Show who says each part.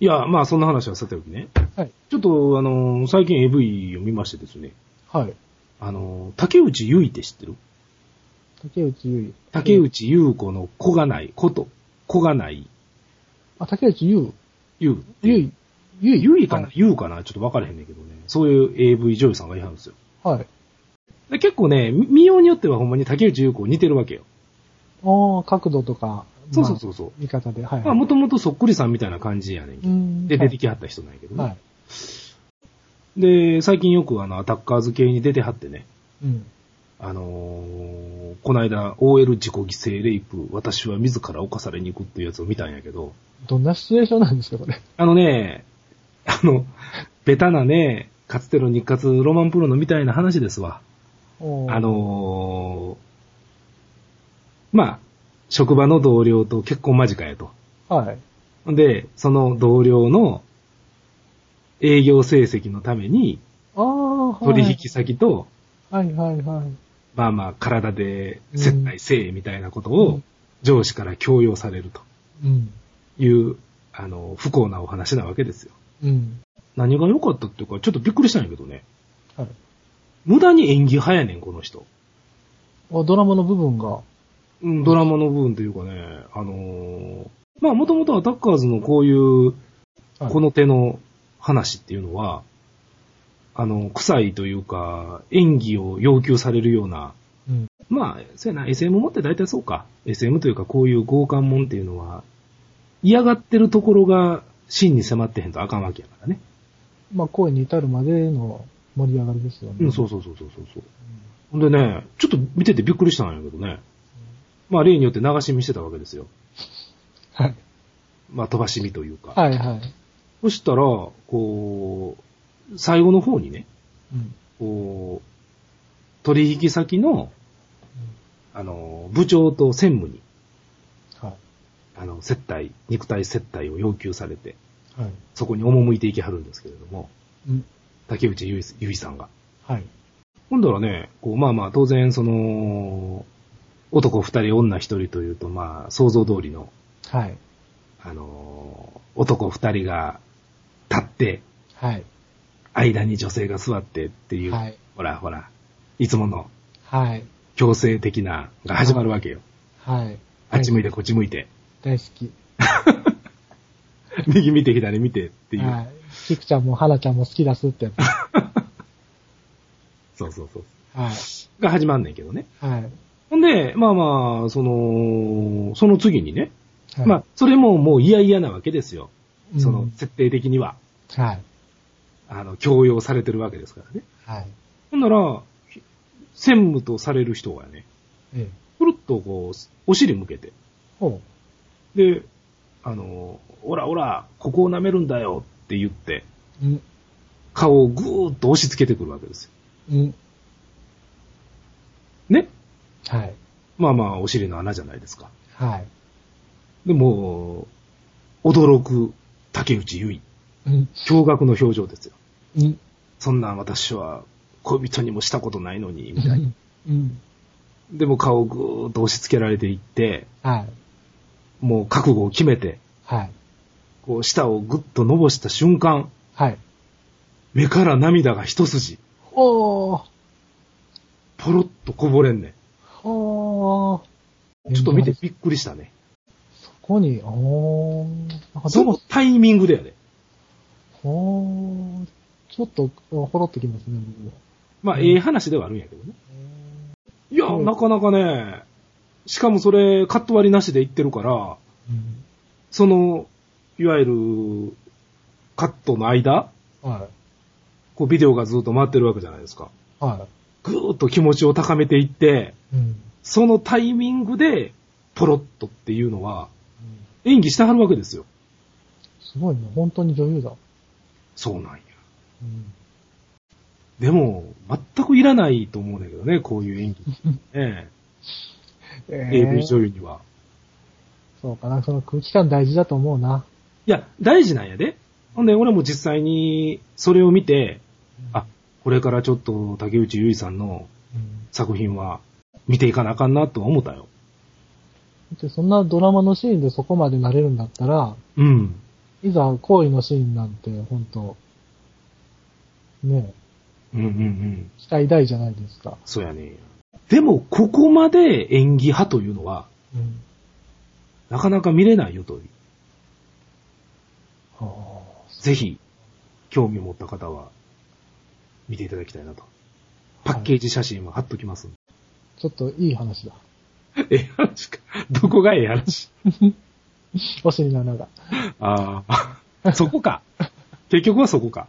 Speaker 1: いや、まあそんな話はさておきね。
Speaker 2: はい。
Speaker 1: ちょっと、あの、最近 AV を見ましてですね。
Speaker 2: はい。
Speaker 1: あの、竹内結衣って知ってる
Speaker 2: 竹内優衣。
Speaker 1: 竹内優子の子がない、こと、子がない、
Speaker 2: あ、竹内優。
Speaker 1: 優っていう。
Speaker 2: 優衣。優
Speaker 1: ゆいかな
Speaker 2: はい
Speaker 1: ゆうかなちょっと分からへんねんけどね。そういう AV 女優さんがいはるんですよ。
Speaker 2: はい。
Speaker 1: で結構ね、み見ようによってはほんまに竹内優子似てるわけよ。
Speaker 2: ああ、角度とか。
Speaker 1: そうそう
Speaker 2: う。
Speaker 1: そうそう。
Speaker 2: 見方で。はい。
Speaker 1: まあ、もともとそっくりさんみたいな感じやねんけ
Speaker 2: う
Speaker 1: ど。
Speaker 2: ん。
Speaker 1: で、出てきはった人なんやけどね。
Speaker 2: はい。
Speaker 1: で、最近よくあの、アタッカーズ系に出てはってね。
Speaker 2: うん。
Speaker 1: あのー、この間、OL 自己犠牲レイプ、私は自ら犯されに行くっていうやつを見たんやけど、
Speaker 2: どんなシチュエーションなんですか、これ。
Speaker 1: あのね、あの、ベタなね、かつての日活ロマンプロのみたいな話ですわ。
Speaker 2: おー
Speaker 1: あ、のーまあ、職場の同僚と結婚間近やと。
Speaker 2: はい。
Speaker 1: で、その同僚の営業成績のために、
Speaker 2: ああ、はい。
Speaker 1: 取引先と、
Speaker 2: はい、はい、はい。
Speaker 1: まあまあ、体で接待せえみたいなこと
Speaker 2: う
Speaker 1: を
Speaker 2: ん
Speaker 1: 上司から強要されると
Speaker 2: うん。
Speaker 1: いう、あの、不幸なお話なわけですよ。
Speaker 2: うん。
Speaker 1: 何が良かったっていうか、ちょっとびっくりしたんやけどね。
Speaker 2: はい。
Speaker 1: 無駄に演技派やねん、この人。
Speaker 2: あドラマの部分が。
Speaker 1: うん、ドラマの部分というかね、あのーまあもともとアタッカーズのこういう、
Speaker 2: はい
Speaker 1: この手の話っていうのは、あの、臭いというか、演技を要求されるような
Speaker 2: うん。
Speaker 1: まあ、そうやな、SM もって大体そうか。SM というか、こういう強姦もんっていうのは、嫌がってるところが真に迫ってへんとあかんわけやからね。
Speaker 2: まあ、声に至るまでの盛り上がりですよね。
Speaker 1: うん、そうそうそうそうそうそう。ほんでね、ちょっと見ててびっくりしたんやけどね。まあ、例によって流し見してたわけですよ。
Speaker 2: はい。
Speaker 1: まあ、飛ばし見というか。
Speaker 2: はい、はい。
Speaker 1: そしたら、こう、最後の方にね、
Speaker 2: うん。
Speaker 1: こう、取引先の、あの、部長と専務に、
Speaker 2: は
Speaker 1: あの、接待、肉体接待を要求されて、
Speaker 2: い。はい。
Speaker 1: そこに赴いていきはるんですけれども、
Speaker 2: うん。
Speaker 1: 竹内結衣さんが。
Speaker 2: はい。
Speaker 1: ほんだらね、こう、まあまあ、当然、その、男二人、女一人というと、まあ、想像通りの、
Speaker 2: はい。
Speaker 1: あのー男二人が立って、
Speaker 2: はい。
Speaker 1: 間に女性が座ってっていう、
Speaker 2: はい
Speaker 1: ほらほら、いつもの
Speaker 2: はい。
Speaker 1: 強制的な、が始まるわけよ。
Speaker 2: はい。
Speaker 1: あっち向いて、こっち向いて、
Speaker 2: 大好き。
Speaker 1: 右見て、左見てっていう。
Speaker 2: はい。キクちゃんもハナちゃんも好きだ すってやつ。
Speaker 1: そうそうそう。
Speaker 2: はい。
Speaker 1: が始まんねんけどね。
Speaker 2: はい。
Speaker 1: ほんで、まあまあ、その、その次にね、
Speaker 2: はい
Speaker 1: まあ、、それももう嫌々なわけですよ。
Speaker 2: うん
Speaker 1: その、設定的には、
Speaker 2: はい。
Speaker 1: あの、強要されてるわけですからね。
Speaker 2: はい。
Speaker 1: ほんなら、ひ専務とされる人がね、
Speaker 2: ええ。
Speaker 1: くるっとこう、お尻向けて、
Speaker 2: ほ
Speaker 1: で、あの、オラオラ、ここを舐めるんだよって言って、
Speaker 2: う。うん。
Speaker 1: 顔をぐーっと押し付けてくるわけですよ。
Speaker 2: うん。
Speaker 1: ね
Speaker 2: はい。
Speaker 1: まあまあ、お尻の穴じゃないですか。
Speaker 2: はい。
Speaker 1: でもう、驚く竹内結
Speaker 2: うん。
Speaker 1: 衣、驚愕の表情ですよ。
Speaker 2: うん。
Speaker 1: そんなん私は恋人にもしたことないのに、みたいな。
Speaker 2: うん。
Speaker 1: でも顔をぐーっと押し付けられていって、
Speaker 2: はい。
Speaker 1: もう覚悟を決めて、
Speaker 2: はい。
Speaker 1: こう舌をぐっと伸ばした瞬間、
Speaker 2: はい。
Speaker 1: 目から涙が一筋、
Speaker 2: おー。
Speaker 1: ポロッとこぼれんね
Speaker 2: おー。
Speaker 1: ん。ちょっと見て
Speaker 2: そ
Speaker 1: びっくりしたね。
Speaker 2: こに、おー。なんかど
Speaker 1: そ
Speaker 2: こ
Speaker 1: のタイミングだよね。
Speaker 2: ほー。ちょっと、ほろってきますね、僕も
Speaker 1: まあ、
Speaker 2: うん
Speaker 1: ええ話ではあるんやけどね。いや、
Speaker 2: うん
Speaker 1: なかなかね、しかもそれ、カット割りなしで言ってるから、
Speaker 2: うん。
Speaker 1: その、いわゆる、カットの間、
Speaker 2: は
Speaker 1: こうビデオがずっと回ってるわけじゃないですか。
Speaker 2: い。は
Speaker 1: ぐーっと気持ちを高めていって、
Speaker 2: い。うん。
Speaker 1: そのタイミングで、ポロッとっていうのは、演技してはるわけですよ。
Speaker 2: すごいね、本当に女優だ。
Speaker 1: そうなんや。
Speaker 2: うん。
Speaker 1: でも、全くいらないと思うんだけどね、こういう演技。ね
Speaker 2: え
Speaker 1: え、AV 女優には。
Speaker 2: そうかな、その空気感大事だと思うな。
Speaker 1: いや、大事なんやで。ほんで、俺も実際に、それを見て、あ、これからちょっと竹内結衣さんの
Speaker 2: うん。
Speaker 1: 作品は見ていかなあかんなとは思ったよ。
Speaker 2: だってそんなドラマのシーンでそこまでなれるんだったら、
Speaker 1: うん。
Speaker 2: いざ、行為のシーンなんて、本当ね
Speaker 1: うんうんうん。
Speaker 2: え、期待大じゃないですか。
Speaker 1: そうやね。でも、ここまで演技派というのは、
Speaker 2: うん。
Speaker 1: なかなか見れないよという。
Speaker 2: ああ、
Speaker 1: ぜひ、興味を持った方は、見ていただきたいなと。パッケージ写真は貼っときますんで。
Speaker 2: ちょっといい話だ。
Speaker 1: ええ話か。どこがええ話
Speaker 2: お尻の穴が。
Speaker 1: ああ、そこか。結局はそこか。